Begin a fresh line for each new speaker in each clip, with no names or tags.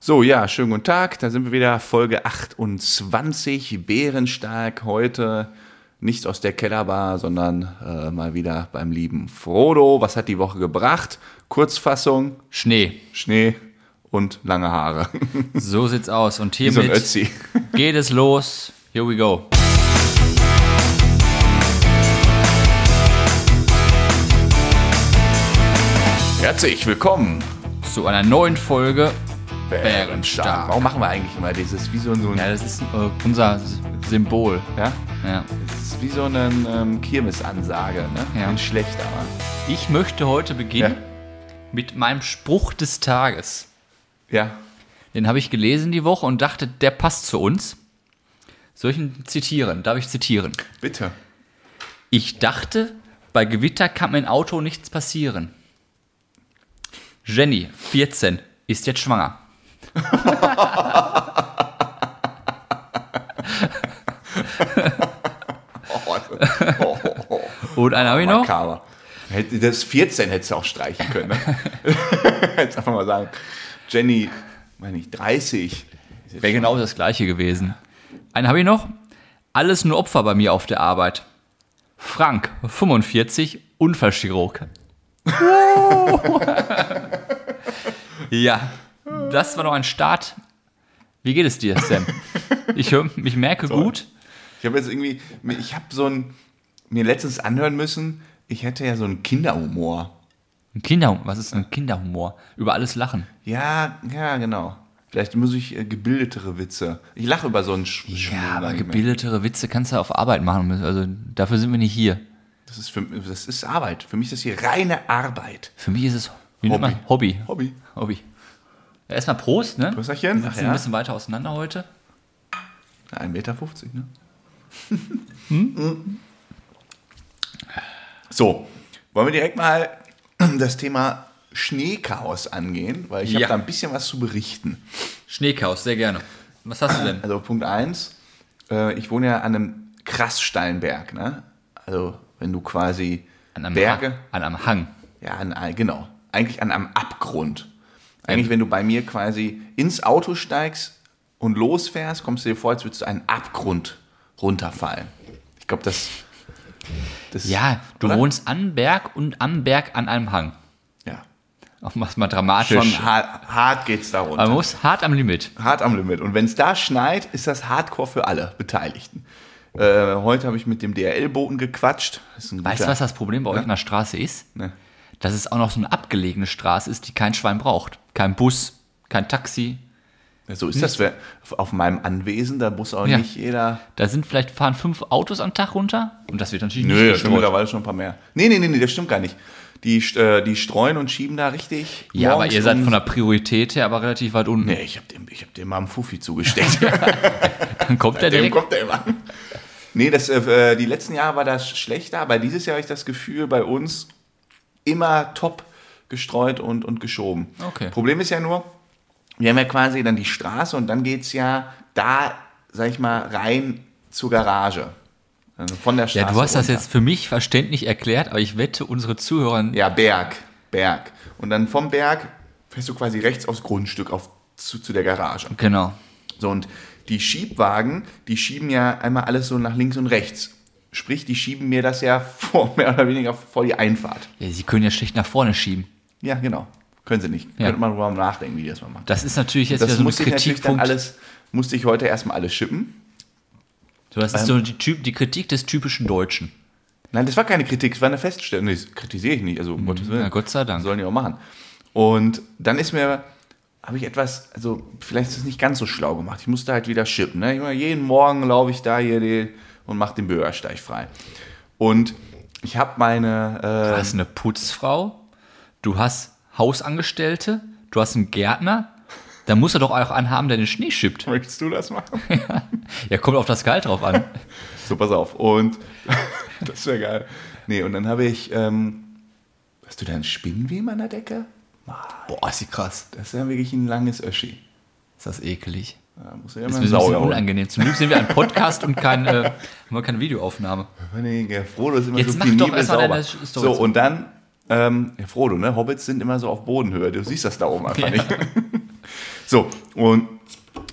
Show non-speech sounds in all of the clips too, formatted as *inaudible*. So, ja, schönen guten Tag. Da sind wir wieder, Folge 28, bärenstark. Heute nicht aus der Kellerbar, sondern äh, mal wieder beim lieben Frodo. Was hat die Woche gebracht? Kurzfassung,
Schnee.
Schnee und lange Haare. *laughs*
So sieht's aus. Und
Wie so ein
hiermit
Ötzi.
geht es los. Here we go.
Herzlich willkommen,
Zu einer neuen Folge.
Bärenstark.
Bärenstark.
Warum machen wir eigentlich immer dieses, wie so ein, so ein
Ja, das ist äh, unser Symbol.
ja?
Ja.
Das ist wie so eine ähm, Kirmesansage, ne?
Ja.
Nicht schlecht, aber.
Ich möchte heute beginnen mit meinem Spruch des Tages.
Ja.
Den habe ich gelesen die Woche und dachte, der passt zu uns. Soll ich ihn zitieren? Darf ich zitieren?
Bitte.
Ich dachte, bei Gewitter kann mein Auto nichts passieren. Jenny, 14, ist jetzt schwanger.
Oh, oh, oh, *laughs* oh.
Und einer habe ich noch.
Makaber. Hätte- Das 14 hättest du auch streichen können. Ne? *laughs* Jetzt einfach mal sagen, Jenny, meine ich, 30. Ist jetzt
Wäre
schon-
genau das gleiche gewesen. Einen habe ich noch. Alles nur Opfer bei mir auf der Arbeit. Frank, 45, Unfallchirurg. *laughs* ja, das war noch ein Start. Wie geht es dir, Sam? Ich, hör, ich merke gut.
Ich habe jetzt irgendwie, ich habe so ein, mir letztens anhören müssen, ich hätte ja so einen Kinderhumor.
Ein Kinder, was ist ein Kinderhumor? Über alles lachen.
Ja, ja, genau. Vielleicht muss ich äh, gebildetere Witze. Ich lache über so einen Sch Schmuh
Ja,
gar
aber
nicht mehr.
gebildetere Witze kannst du auf Arbeit machen. müssen. Also dafür sind wir nicht hier.
Das ist, für, das ist Arbeit. Für mich ist das hier reine Arbeit.
Für mich ist es wie nennt
Hobby.
man? Hobby.
Hobby.
Hobby. Ja, erstmal Prost, ne?
Prösterchen.
Wir
Ach
sitzen
ja.
ein bisschen weiter auseinander heute.
1,50 Meter,
*laughs*
ne? Hm?
Hm?
so, wollen wir direkt mal *clears throat* das Thema Schneechaos angehen, weil ich habe
Ja.
da ein bisschen was zu berichten.
Schneekaus, sehr gerne. Was hast du denn?
Also Punkt 1, äh, ich wohne ja an einem krass steilen Berg, ne? Also wenn du quasi Berge,
Hang, an einem Hang.
ja, an, ein- genau, eigentlich an einem Abgrund. Eigentlich, wenn du bei mir quasi ins Auto steigst und losfährst, kommst du dir vor, als würdest du einen Abgrund runterfallen. Ich glaube, das, das.
Ja, du
oder?
wohnst an Berg und am Berg an einem Hang.
Ja.
Auch mach's mal dramatisch.
Schon hart, hart geht's da runter.
Man muss hart am Limit.
Hart am Limit. Und wenn es da schneit, ist das Hardcore für alle Beteiligten. Äh, heute habe ich mit dem DRL-Boten gequatscht. Ist ein
Weißt du,
guter-
was das Problem bei euch in der Straße ist?
Ne.
Dass es auch noch so eine abgelegene Straße ist, die kein Schwein braucht. Kein Bus, kein Taxi.
So ist das. Wer- Auf meinem Anwesen, da muss auch
Ja.
nicht jeder.
Da sind vielleicht fahren fünf Autos am Tag runter und das wird natürlich
Nö,
nicht
da sind
gestreut.
mittlerweile schon ein paar mehr. Nee, nee, nee, nee, das stimmt gar nicht. Die, st- äh, die streuen und schieben da richtig.
Ja, aber
morgens
ihr seid
um-
von der Priorität her aber relativ weit unten.
Nee, ich hab dem, ich hab dem mal einen Fuffi
*laughs*
zugesteckt. *laughs*
Dann *laughs* kommt der
dem
direkt.
kommt der immer. Nee, das, äh, die letzten Jahre war das schlechter, aber dieses Jahr habe ich das Gefühl, bei uns immer top gestreut und, und geschoben.
Okay.
Problem ist ja nur, wir haben ja quasi dann die Straße und dann geht's ja da, sag ich mal, rein zur Garage. Also von der Straße.
Ja, du hast das
runter.
jetzt für mich verständlich erklärt, aber ich wette, unsere Zuhörer
Ja, Berg. Berg. Und dann vom Berg fährst du quasi rechts aufs Grundstück auf, zu, zu der Garage.
Genau.
So, und die Schiebwagen, die schieben ja einmal alles so nach links und rechts. Sprich, die schieben mir das ja *laughs* vor, mehr oder weniger vor die Einfahrt.
Ja, sie können ja schlecht nach vorne schieben.
Ja, genau. Können sie nicht.
Ja.
Könnte man drüber nachdenken, wie die das mal machen.
Das ist natürlich jetzt
Das
wieder so ein
musste ich natürlich dann
Kritikpunkt.
alles, musste ich heute erstmal alles schippen.
so, das ist so die, Typ, die Kritik des typischen Deutschen.
Nein, das war keine Kritik, das war eine Feststellung. Nee, das kritisiere ich nicht, also um Gottes Willen.
Ja, Gott sei Dank.
Sollen die auch machen. Und dann ist mir, habe ich etwas, also vielleicht ist es nicht ganz so schlau gemacht. Ich musste halt wieder schippen. Ne? Ich meine, jeden Morgen laufe ich da hier die, und mache den Bürgersteig frei. Und ich habe
Du
meine, äh,
hast eine Putzfrau, du hast Hausangestellte, du hast einen Gärtner. Da muss er doch auch einen haben, der den Schnee schippt.
äh, möchtest du das machen?
Ja, kommt auf das Gehalt drauf an.
*laughs* So, pass auf. Und das wäre geil. Nee, und dann habe ich, ähm, hast du da einen Spinnenweben an der Decke?
Boah, ist die krass.
Das ist ja wirklich ein langes Öschi.
Ist das eklig.
Da musst du ja
Das
mal eine
ist mir so ein
Sau
bisschen
jagen.
unangenehm. Zum Glück sind wir ein Podcast und kein, äh, haben wir keine Videoaufnahme.
Nee, der Frodo ist immer
Jetzt
so
mach
penibel
doch erstmal
sauber.
deine Story
so,
zu.
und dann, ähm, Herr Frodo, ne? Hobbits sind immer so auf Bodenhöhe. Du siehst das da oben einfach
Ja.
nicht. *laughs* So, und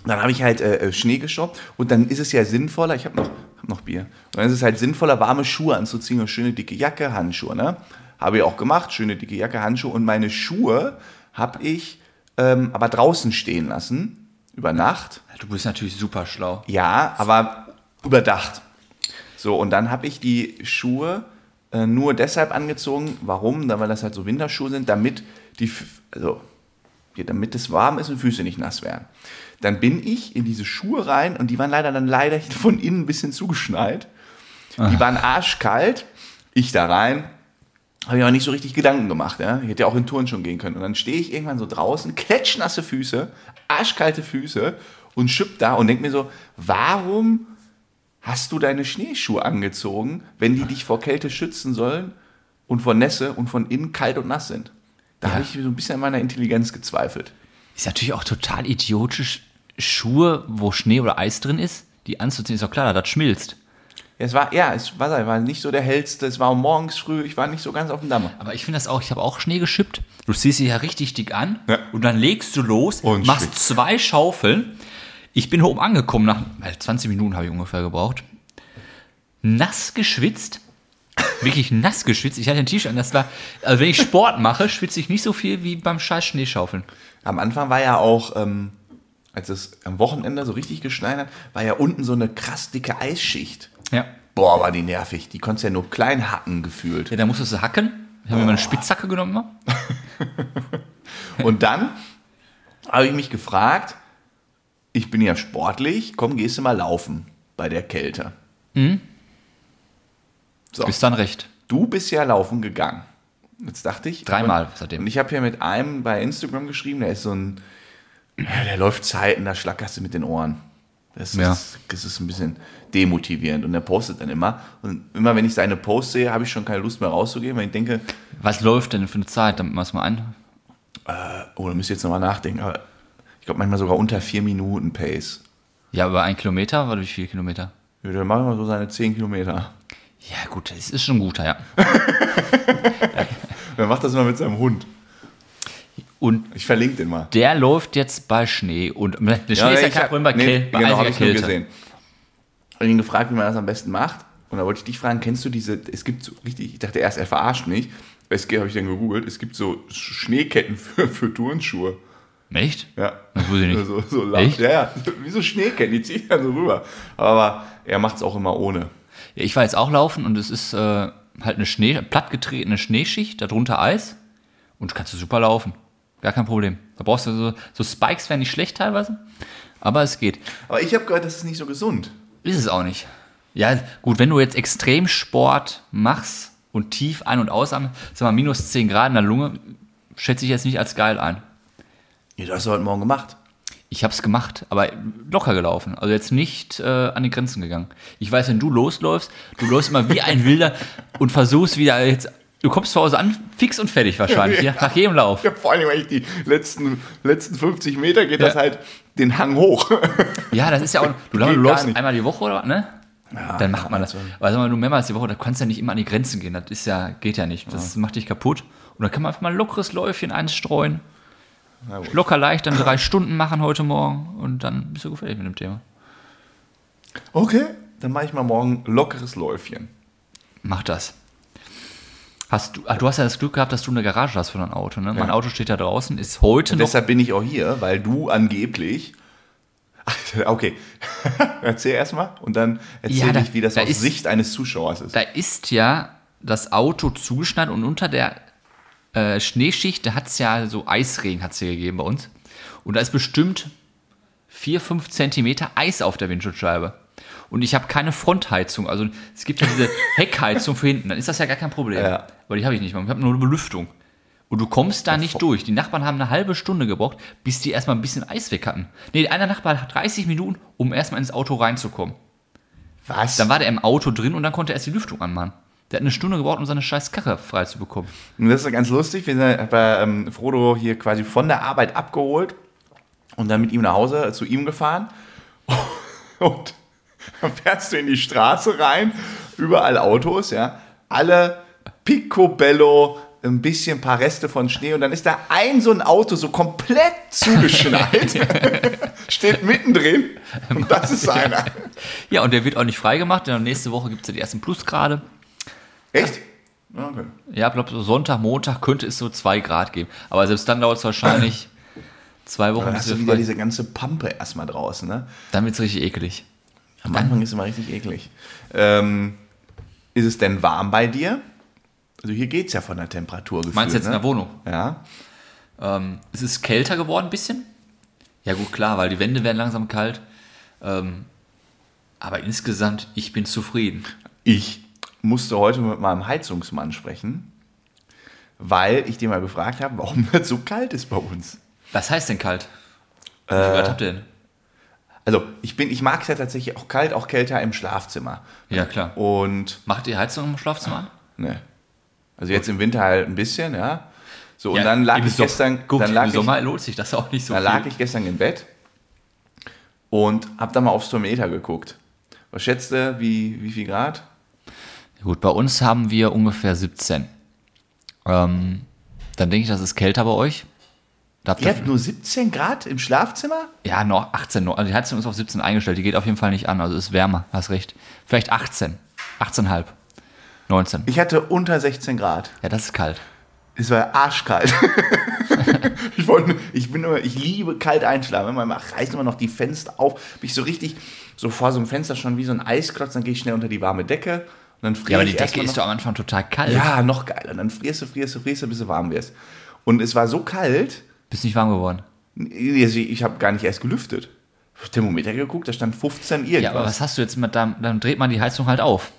dann habe ich halt äh, äh, Schnee gestoppt und dann ist es ja sinnvoller, ich habe noch, hab noch Bier, und dann ist es halt sinnvoller, warme Schuhe anzuziehen und schöne dicke Jacke, Handschuhe, ne? Habe ich auch gemacht, schöne dicke Jacke, Handschuhe und meine Schuhe habe ich ähm, aber draußen stehen lassen, über Nacht.
Du bist natürlich super schlau.
Ja, aber überdacht. So, und dann habe ich die Schuhe äh, nur deshalb angezogen. Warum? Da, weil das halt so Winterschuhe sind, damit die, F- also, hier, damit es warm ist und Füße nicht nass werden. Dann bin ich in diese Schuhe rein und die waren leider dann leider *laughs* von innen ein bisschen zugeschneit. Die waren arschkalt. Ich da rein, habe ich auch nicht so richtig Gedanken gemacht. Ja? Ich hätte ja auch in Touren schon gehen können. Und dann stehe ich irgendwann so draußen, klatschnasse Füße, arschkalte Füße und schipp da und denk mir so, warum hast du deine Schneeschuhe angezogen, wenn die dich vor Kälte schützen sollen und vor Nässe und von innen kalt und nass sind? Da habe ich so ein bisschen an meiner Intelligenz gezweifelt.
Ist natürlich auch total idiotisch, Schuhe, wo Schnee oder Eis drin ist, die anzuziehen. Ist doch klar, dass das schmilzt.
Ja, es war, ja, es war, war nicht so der hellste, es war morgens früh, ich war nicht so ganz auf dem Damm.
Aber ich finde das auch, ich habe auch Schnee geschippt. Du ziehst sie ja richtig dick an
Ja.
und dann legst du los,
Und
machst
schwitzt.
zwei Schaufeln. Ich bin oben angekommen, nach also 20 Minuten habe ich ungefähr gebraucht. Nass
*laughs*
geschwitzt. Wirklich nass geschwitzt. Ich hatte ein T-Shirt an, das war, also wenn ich Sport mache, schwitze ich nicht so viel wie beim scheiß Schneeschaufeln.
Am Anfang war ja auch, ähm, als es am Wochenende so richtig geschneit hat, war ja unten so eine krass dicke Eisschicht.
Ja.
Boah, war die nervig. Die konntest ja nur klein hacken gefühlt.
*laughs* ja da musstest du hacken. Ich habe mir meine Spitzhacke genommen. immer.
Und dann habe ich mich gefragt, ich bin ja sportlich, komm, gehst du mal laufen bei der Kälte. So.
Bist dann recht.
du bist ja laufen gegangen. Jetzt dachte ich.
Dreimal
und,
seitdem.
Und ich habe hier mit einem bei Instagram geschrieben, der ist so ein. Ja, der läuft Zeiten, da schlackerst du mit den Ohren. Das,
Ja.
ist, das ist ein bisschen demotivierend. Und er postet dann immer. Und immer wenn ich seine Posts sehe, habe ich schon keine Lust mehr rauszugehen, weil ich denke,
Was läuft denn für eine Zeit? Damit mach's mal an.
oh, da müsst ihr jetzt nochmal nachdenken. Aber ich glaube manchmal sogar unter vier Minuten Pace.
Ja, über ein Kilometer, warte, wie viele Kilometer?
Ja, der macht immer so seine 10 Kilometer.
Ja, gut, das ist schon ein guter, ja.
Und er macht das immer mit seinem Hund.
Und
Ich verlinke den mal.
der läuft jetzt bei Schnee. Und *laughs* der Schnee ist ja
ich
kein
hab-
Problem bei,
nee,
Kälte, bei
genau, hab
eisiger
ich nur
Kälte.
gesehen. Habe ihn gefragt, wie man das am besten macht. Und da wollte ich dich fragen, kennst du diese, es gibt so richtig, ich dachte erst, er verarscht mich. Es habe ich dann gegoogelt, es gibt so Sch- Schneeketten für, für Turnschuhe.
Echt?
Ja.
Das wusste ich
*laughs*
nicht.
So, so lang.
Echt?
Ja, ja. *laughs* Wie so Schneeketten, die ziehe ich dann so rüber. Aber er macht es auch immer ohne.
Ja, ich war jetzt auch laufen und es ist äh, halt eine Schnee, plattgetretene Schneeschicht, darunter Eis. Und kannst du super laufen. Gar kein Problem. Da brauchst du so, so Spikes, wären nicht schlecht teilweise. Aber es geht.
Aber ich habe gehört, das ist nicht so gesund.
Ist es auch nicht. Ja, gut, wenn du jetzt Extremsport machst und tief ein- und ausatmest, sag mal, minus 10 Grad in der Lunge, schätze ich jetzt nicht als geil ein.
Ja, das hast du heute Morgen gemacht.
Ich hab's gemacht, aber locker gelaufen. Also jetzt nicht äh, an die Grenzen gegangen. Ich weiß, wenn du losläufst, du läufst immer wie ein Wilder und versuchst wieder jetzt. Du kommst zu Hause an, fix und fertig wahrscheinlich, ja. nach jedem Lauf.
Ja, vor allem, weil ich die letzten, letzten 50 Meter geht
Ja.
das halt den Hang hoch. *laughs*
Ja, das ist ja auch. Du,
Geht
du
gar
läufst
nicht.
einmal die Woche oder was, ne? dann macht man das. Weil sag mal, nur mehrmals die Woche, da kannst du ja nicht immer an die Grenzen gehen. Das ist ja, geht ja nicht. Das macht dich kaputt. Und dann kann man einfach mal ein lockeres Läufchen einstreuen.
Na gut.
Locker leicht, dann drei Stunden machen heute Morgen und dann bist du gefällig mit dem Thema.
Okay, dann mache ich mal morgen lockeres Läufchen.
Mach das. Hast du, ah, du hast ja das Glück gehabt, dass du eine Garage hast für dein Auto. Ne? Mein
Ja.
Auto steht da draußen, ist heute noch.
Deshalb bin ich auch hier, weil du angeblich. *laughs* Ach, Okay, *laughs* erzähl erstmal und dann erzähl
Ja, da-
ich, wie das
da
aus
ist-
Sicht eines Zuschauers ist.
Da ist ja das Auto zugeschneit und unter der äh, Schneeschicht, da hat es ja so Eisregen hat's hier gegeben bei uns. Und da ist bestimmt 4, 5 Zentimeter Eis auf der Windschutzscheibe. Und ich habe keine Frontheizung. Also es gibt
*laughs*
ja diese Heckheizung für hinten, dann ist das ja gar kein Problem.
Ja.
Aber die habe ich nicht mal. Ich habe nur eine Belüftung. Und du kommst da nicht durch. Die Nachbarn haben eine halbe Stunde gebraucht, bis die erstmal ein bisschen Eis weg hatten. Nee, einer Nachbar hat 30 Minuten, um erstmal ins Auto reinzukommen.
Was?
Dann war der im Auto drin und dann konnte er erst die Lüftung anmachen. Der hat eine Stunde gebraucht, um seine scheiß Karre frei zu bekommen.
Und das ist ganz lustig. Wir sind bei ähm, Frodo hier quasi von der Arbeit abgeholt und dann mit ihm nach Hause äh, zu ihm gefahren. *laughs* Und dann fährst du in die Straße rein, überall Autos, ja. Alle Picobello ein bisschen ein paar Reste von Schnee und dann ist da ein so ein Auto so komplett zugeschneit, *laughs* steht mittendrin und das ist einer.
Ja, und der wird auch nicht freigemacht. Denn nächste Woche gibt es ja die ersten Plusgrade.
Echt? Ja, Okay.
Ja, ich glaube, so Sonntag, Montag könnte es so 2 Grad geben. Aber selbst dann dauert
*laughs*
es wahrscheinlich zwei Wochen,
Dann
bis
hast
wir
du wieder
frei.
diese ganze Pampe erstmal draußen. Ne?
Dann wird es richtig ekelig.
Am Anfang ist immer richtig eklig. Ähm, ist es denn warm bei dir? Also hier geht es ja von der Temperatur gefühlt.
Meinst du jetzt
ne?
in der Wohnung?
Ja.
Ähm, es ist kälter geworden ein bisschen. Ja gut, klar, weil die Wände werden langsam kalt. Ähm, aber insgesamt, ich bin zufrieden.
Ich musste heute mit meinem Heizungsmann sprechen, weil ich den mal gefragt habe, warum das so kalt ist bei uns.
Was heißt denn kalt? Wie
Äh.
viel Grad habt ihr denn?
Also ich bin, ich mag es ja tatsächlich auch kalt, auch kälter im Schlafzimmer.
Ja, klar.
Und
Macht ihr Heizung im Schlafzimmer an?
ne. Also jetzt im Winter halt ein bisschen, ja. So, und
Ja,
dann lag
im
ich
Sommer-
gestern,
Gut,
dann lag
im
ich,
Sommer lohnt sich das auch nicht so
Da
viel.
lag ich gestern im Bett und hab dann mal aufs Thermometer geguckt. Was schätzt du, wie, wie viel Grad?
Gut, bei uns haben wir ungefähr 17. Ähm, dann denke ich, das ist kälter bei euch. Da habt
Ihr
ihr,
habt nur 17 Grad im Schlafzimmer?
ja, noch 18. noch- Also die Heizung ist auf 17 eingestellt. Die geht auf jeden Fall nicht an. Also ist wärmer, hast recht. Vielleicht 18. 18,5. 19.
Ich hatte unter 16 Grad.
Ja, das ist kalt.
Es war
*laughs*
arschkalt. ich, wollte, ich, bin immer, ich liebe kalt einschlafen. Immer, immer reißt immer noch die Fenster auf. Bin ich so richtig so vor so einem Fenster schon wie so ein Eisklotz. Dann gehe ich schnell unter die warme Decke. Und dann friere
Ja, aber die
ich
Decke
erstmal
ist
noch,
doch am Anfang total kalt.
Ja, noch geiler. Und dann frierst du, frierst du, frierst du, bis du warm wirst. Und es war so kalt,
Bist nicht warm geworden.
Nee, Also ich habe gar nicht erst gelüftet. Auf Thermometer geguckt, da stand 15
Ja, aber
irgendwas.
was hast du jetzt mit deinem, dann dreht man die Heizung halt auf.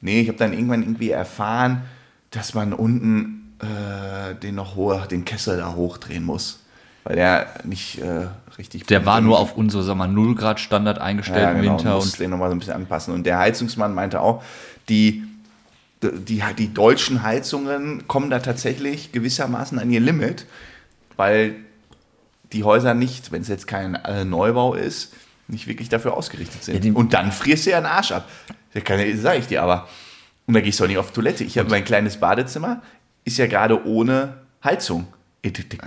nee, ich habe dann irgendwann irgendwie erfahren, dass man unten äh, den noch hohe, den Kessel da hochdrehen muss. Weil der nicht äh, richtig.
Der war nur auf unsere, sag mal, 0 Grad Standard eingestellt
ja,
im
genau,
Winter.
muss
Und
den nochmal so ein bisschen anpassen. Und der Heizungsmann meinte auch, die, die, die deutschen Heizungen kommen da tatsächlich gewissermaßen an ihr Limit, weil die Häuser nicht, wenn es jetzt kein äh, Neubau ist, nicht wirklich dafür ausgerichtet sind.
Ja, die-
und dann frierst du ja einen Arsch ab. Ja, keine, sag ich dir aber. Und da gehst du auch nicht auf Toilette. Ich habe mein kleines Badezimmer, ist ja gerade ohne Heizung. Ey, du- du-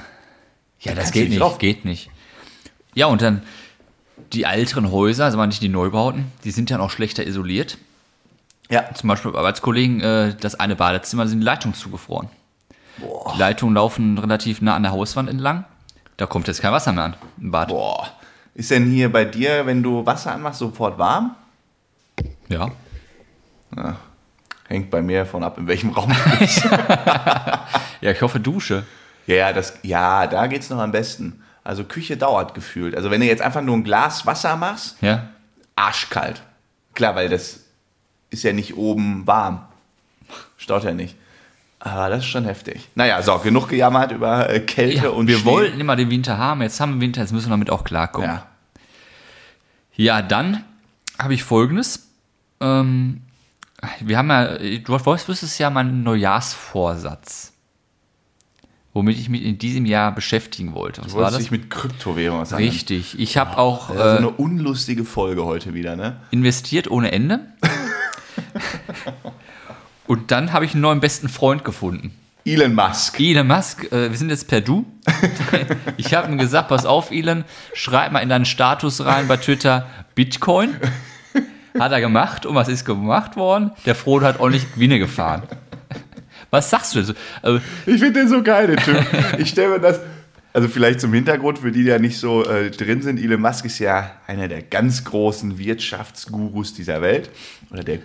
ja,
kannst
das
du
geht
nicht
nicht,
drauf.
geht nicht. Ja, und dann die älteren Häuser, also mal nicht die Neubauten, die sind dann auch schlechter isoliert.
Ja,
Zum Beispiel bei Arbeitskollegen, äh, das eine Badezimmer, da sind die Leitungen zugefroren.
Boah.
Die Leitungen laufen relativ nah an der Hauswand entlang. Da kommt jetzt kein Wasser mehr an im Bad.
boah. Ist denn hier bei dir, wenn du Wasser anmachst, sofort warm?
Ja.
Hängt bei mir davon ab, in welchem
*laughs*
Raum.
ja, ich hoffe Dusche.
ja, ja, das, ja, da geht's noch am besten. Also Küche dauert gefühlt. Also wenn du jetzt einfach nur ein Glas Wasser machst,
Ja.
arschkalt. Klar, weil das ist ja nicht oben warm. Staut ja nicht. Aber das ist schon heftig. Naja, so, genug gejammert über äh, Kälte
ja
und
wir
Schnee.
wollten immer den Winter haben, jetzt haben wir Winter, jetzt müssen wir damit auch klarkommen.
Ja.
Ja, dann habe ich folgendes. Ähm, wir haben ja, du wolltest es ja mein Neujahrsvorsatz, womit ich mich in diesem Jahr beschäftigen wollte. Was
Du
war
wolltest
das?
dich mit Kryptowährung auseinandersetzen.
Richtig. Ich habe auch
Ja, so
äh,
eine unlustige Folge heute wieder, ne?
investiert
*laughs*
ohne Ende. Und dann habe ich einen neuen besten Freund gefunden.
Elon Musk.
Elon Musk, äh, wir sind jetzt per Du. Ich habe ihm gesagt, pass auf, Elon, schreib mal in deinen Status rein bei Twitter Bitcoin. Hat er gemacht und was ist gemacht worden? Der Frodo hat ordentlich Gewinne gefahren. Was sagst du? denn so? Äh,
Ich finde den so geil, den
*laughs*
Typ. Ich stelle mir das. Also vielleicht zum Hintergrund, für die, die ja nicht so äh, drin sind, Elon Musk ist ja einer der ganz großen Wirtschaftsgurus dieser Welt. Oder der,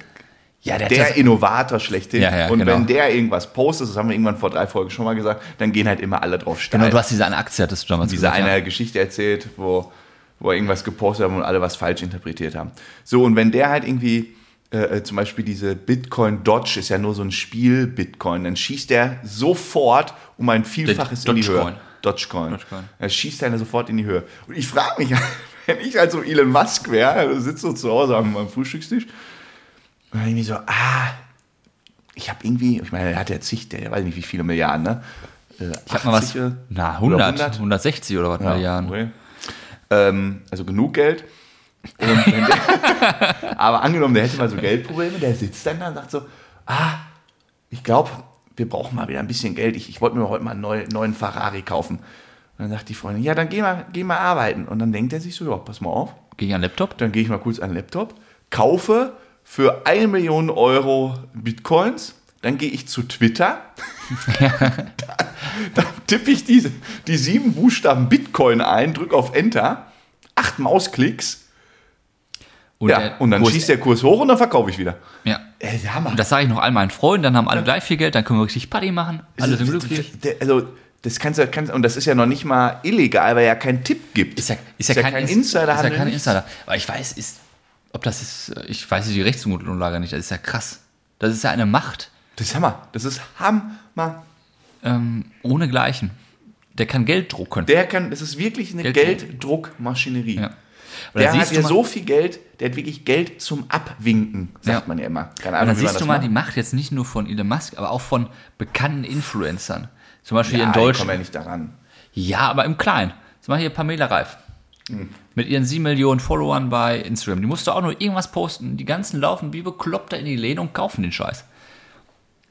Ja, der hat
der
das-
Innovator schlechthin.
Ja, ja,
Und
genau.
wenn der irgendwas postet, das haben wir irgendwann vor drei Folgen schon mal gesagt, dann gehen halt immer alle drauf steil.
Genau, du hast diese eine Aktie, hattest du damals
diese
gesagt,
eine
ja.
Geschichte erzählt, wo, wo er irgendwas gepostet haben und alle was falsch interpretiert haben. So, und wenn der halt irgendwie, äh, äh, zum Beispiel diese Bitcoin Dodge ist ja nur so ein Spiel Bitcoin, dann schießt der sofort um ein Vielfaches in die
Dogecoin.
Höhe. Dogecoin.
Dogecoin.
Er schießt dann sofort in die Höhe. Und ich frage mich, *laughs* wenn ich halt so Elon Musk wäre, sitzt so zu Hause am, am Frühstückstisch, und dann irgendwie so, ah, ich habe irgendwie, ich meine, er hat ja zig, der weiß nicht wie viele Milliarden, ne? äh,
Ich hab mal was. Na, 100, 160 oder was Milliarden.
okay. Ähm, also genug Geld. Und wenn der, aber angenommen, der hätte mal so Geldprobleme, der sitzt dann da und sagt so, ah, ich glaube, wir brauchen mal wieder ein bisschen Geld. Ich, ich wollte mir heute mal einen neu- neuen Ferrari kaufen. Und dann sagt die Freundin, ja, dann geh mal, geh mal arbeiten. Und dann denkt er sich so, ja, pass mal auf,
Gegen einen Laptop?
dann gehe ich mal kurz an den Laptop, kaufe für 1 Million Euro Bitcoins, dann gehe ich zu
*laughs*
Twitter, dann, dann tippe ich diese, die sieben Buchstaben Bitcoin ein, drücke auf Enter, acht Mausklicks,
Und, Äh,
ja, und dann schießt der Kurs hoch und dann verkaufe ich wieder.
Ja.
Ey, der Hammer.
Und das sage ich noch all meinen Freunden, dann haben alle gleich viel Geld, dann können wir richtig Party machen. Alle sind
Also,
glücklich.
der- Also, das kannst du, kannst, und das ist ja noch nicht mal illegal, weil ja kein Tipp gibt.
Ist ja, ist ja, kein, Ins-
Insider.
Ist ja kein Insider. Aber ich weiß, ist, ob das ist, äh, ich weiß die Rechtsgrundlage nicht, das ist ja krass. Das ist ja eine Macht
Das ist Hammer. Das ist Hammer.
ähm, ohnegleichen. Der kann Geld drucken.
Der kann, das ist wirklich eine
Gelddruck.
Gelddruckmaschinerie.
ja. Aber
Der
da
hat
siehst
ja
du mal,
so viel Geld, der hat wirklich Geld zum Abwinken, sagt
Ja.
man ja immer. Keine
aber da
wie man
siehst du
das
mal
macht.
die Macht jetzt nicht nur von Elon Musk, aber auch von bekannten Influencern. Zum Beispiel
ja,
hier in
Deutsch. kommen
Deutschland.
ja nicht daran.
Ja, aber im Kleinen. Jetzt mal hier Pamela Reif.
Hm.
Mit ihren 7 Millionen Followern bei Instagram. Die musste auch nur irgendwas posten. Die ganzen laufen wie bekloppt da in die Läden und kaufen den Scheiß.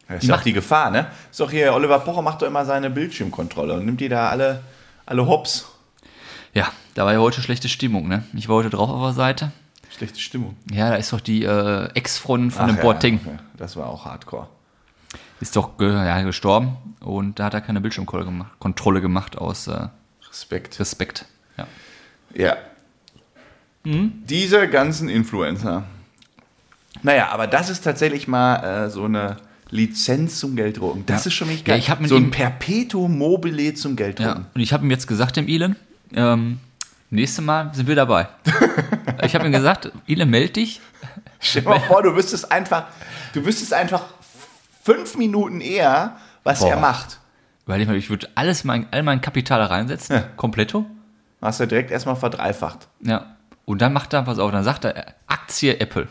Das
Die
ist doch
macht-
die Gefahr, ne? Ist doch hier, Oliver Pocher macht doch immer seine Bildschirmkontrolle und nimmt die da alle, alle hops.
Ja, da war ja heute schlechte Stimmung, ne? Ich war heute drauf auf der Seite.
Schlechte Stimmung.
Ja, da ist doch die äh, Ex-Freundin von
Ach
dem
ja,
Boateng.
ja, Das war auch hardcore.
Ist doch ge ja, gestorben. Und da hat er keine Bildschirmkontrolle gemacht, Kontrolle gemacht aus äh,
Respekt.
Respekt. Ja.
Ja.
Hm?
Diese ganzen Influencer. Naja, aber das ist tatsächlich mal äh, so eine Lizenz zum Gelddrucken. Das
Ja.
ist schon nicht
Ja,
geil.
ich hab mit
so ein
ihm-
Perpetuum mobile zum Gelddrucken.
ja. Und ich habe ihm jetzt gesagt, dem Elon, ähm, nächstes Mal sind
*laughs*
wir dabei. ich habe ihm gesagt, Elon, meld dich.
Stell dir mal vor, du wüsstest einfach, du wüsstest einfach fünf Minuten eher, was
Boah.
er macht.
Weil ich, ich würde alles mein, all mein Kapital da reinsetzen, kompletto.
Hast du direkt erstmal verdreifacht.
Ja. Und dann macht er, pass auf, dann sagt er äh, Aktie Apple.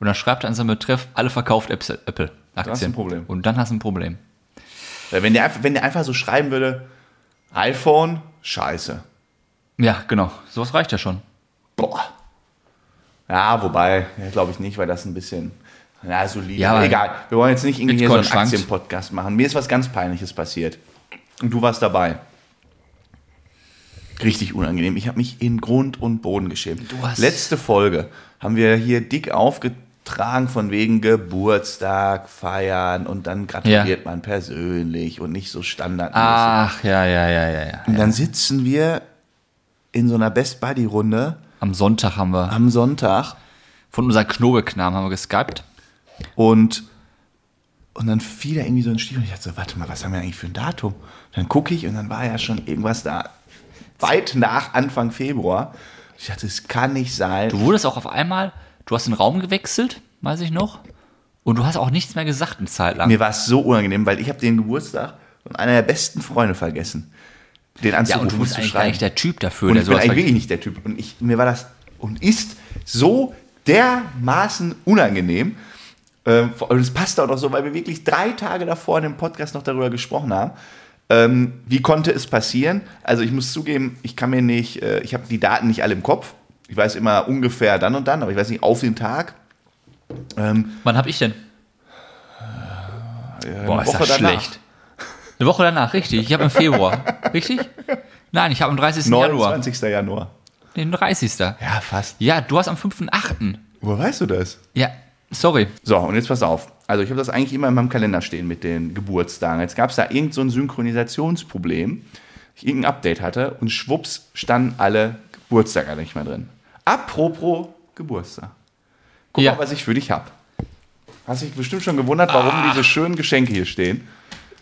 Und dann schreibt er in seinem Betreff, alle verkauft Apps- Apple. Aktien.
ein Problem.
Und dann hast du ein Problem.
Weil Wenn der, einfach- wenn der einfach so schreiben würde, iPhone, scheiße.
Ja, genau. Sowas reicht ja schon.
Boah. Ja, wobei, ja, glaube ich nicht, weil das ein bisschen. Na, solide.
Ja, aber-
Egal. Wir wollen jetzt nicht irgendwie hier so
Bitcoin
einen
schwankt.
Aktienpodcast machen. Mir ist was ganz Peinliches passiert. Und du warst dabei. Richtig unangenehm. Ich habe mich in Grund und Boden geschämt.
Du hast-
Letzte Folge haben wir hier dick aufgetragen von wegen Geburtstag feiern und dann gratuliert man persönlich und nicht so standardmäßig.
Ach, ja, ja, ja, ja, Ah, ja.
und dann sitzen wir in so einer Best Buddy Runde
Am Sonntag haben wir
am Sonntag
von unserem Knobelknamen haben wir geskypt.
Und, und dann fiel da irgendwie so ein Stiel und ich dachte so, warte mal, was haben wir eigentlich für ein Datum? Dann gucke ich und dann war ja schon irgendwas da. Weit nach Anfang Februar. Ich dachte, es kann nicht sein.
Du wurdest auch auf einmal, du hast den Raum gewechselt, weiß ich noch. Und du hast auch nichts mehr gesagt eine Zeit lang.
Mir war es so unangenehm, weil ich habe den Geburtstag von einer der besten Freunde vergessen. Den
ja,
anzurufen um
und du bist
zu
eigentlich gar
schreiben.
nicht der Typ dafür,
Und
der
ich bin
sowas
eigentlich
vergisst.
wirklich nicht der Typ. Und ich, mir war das und ist so dermaßen unangenehm. Ähm, vor- und es passt auch noch so, weil wir wirklich drei Tage davor in dem Podcast noch darüber gesprochen haben. Ähm, wie konnte es passieren? Also ich muss zugeben, ich kann mir nicht, äh, ich habe die Daten nicht alle im Kopf. Ich weiß immer ungefähr dann und dann, aber ich weiß nicht, auf den Tag. Ähm,
Wann hab ich denn?
äh,
Boah,
eine
ist
Woche
das
danach.
schlecht. Eine Woche danach, richtig. Ich habe im Februar. Richtig? Nein, ich habe am 30. Januar.
29. Januar.
Den 30.
Ja, fast.
Ja, du hast am 5.8.
Woher weißt du das?
Ja, sorry.
So, und jetzt pass auf. Also ich habe das eigentlich immer in meinem Kalender stehen mit den Geburtstagen. Jetzt gab es da irgendein so ein Synchronisationsproblem. Ich irgendein Update hatte und schwupps standen alle Geburtstage nicht mehr drin. Apropos Geburtstag. Guck
Ja.
mal, was ich für dich habe. Hast dich bestimmt schon gewundert, warum
Ah.
diese schönen Geschenke hier stehen.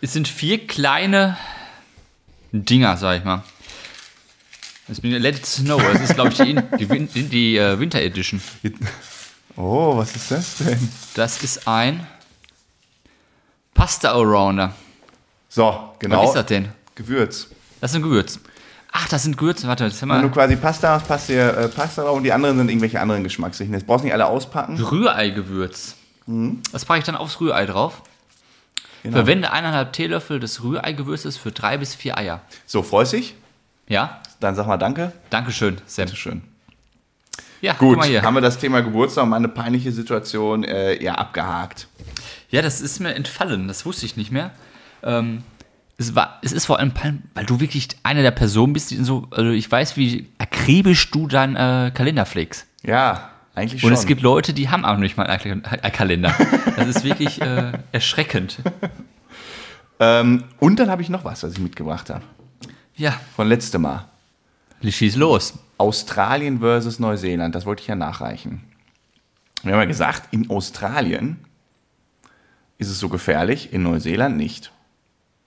Es sind vier kleine Dinger, sag ich mal. Es bin Let It Snow. Das ist, glaube ich, die, die, Win- die, die äh, Winter Edition.
Oh, was ist das denn?
Das ist ein Pasta Arounder.
So,
Was
genau.
ist das denn?
Gewürz.
Das sind Gewürze. Ach, das sind Gewürze. Warte, das haben
Wenn du
wir.
quasi Pasta hast, passt dir äh, Pasta drauf und die anderen sind irgendwelche anderen Geschmacksrichten. Jetzt brauchst du nicht alle auspacken.
Rührei-Gewürz. Das packe ich dann aufs Rührei drauf.
Genau.
Verwende eineinhalb Teelöffel des Rührei-Gewürzes für drei bis vier Eier.
So, freust dich?
Ja?
Dann sag mal Danke.
Dankeschön, Sam.
Bitteschön.
Ja,
Gut,
guck mal hier.
um haben wir das Thema Geburtstag und meine peinliche Situation äh, ja abgehakt.
Ja, das ist mir entfallen, das wusste ich nicht mehr. Ähm, es, war, es ist vor allem, weil du wirklich eine der Personen bist, die so, also ich weiß, wie akribisch du deinen äh, Kalender pflegst.
Ja, eigentlich
Und
schon.
es gibt Leute, die haben auch nicht mal einen Kal- einen Kalender. Das ist
*laughs*
wirklich äh, erschreckend.
ähm, und dann habe ich noch was, was ich mitgebracht habe.
Ja,
Von letztem Mal.
schieß los.
Australien versus Neuseeland, das wollte ich ja nachreichen. Wir haben ja gesagt, in Australien ist es so gefährlich, in Neuseeland nicht.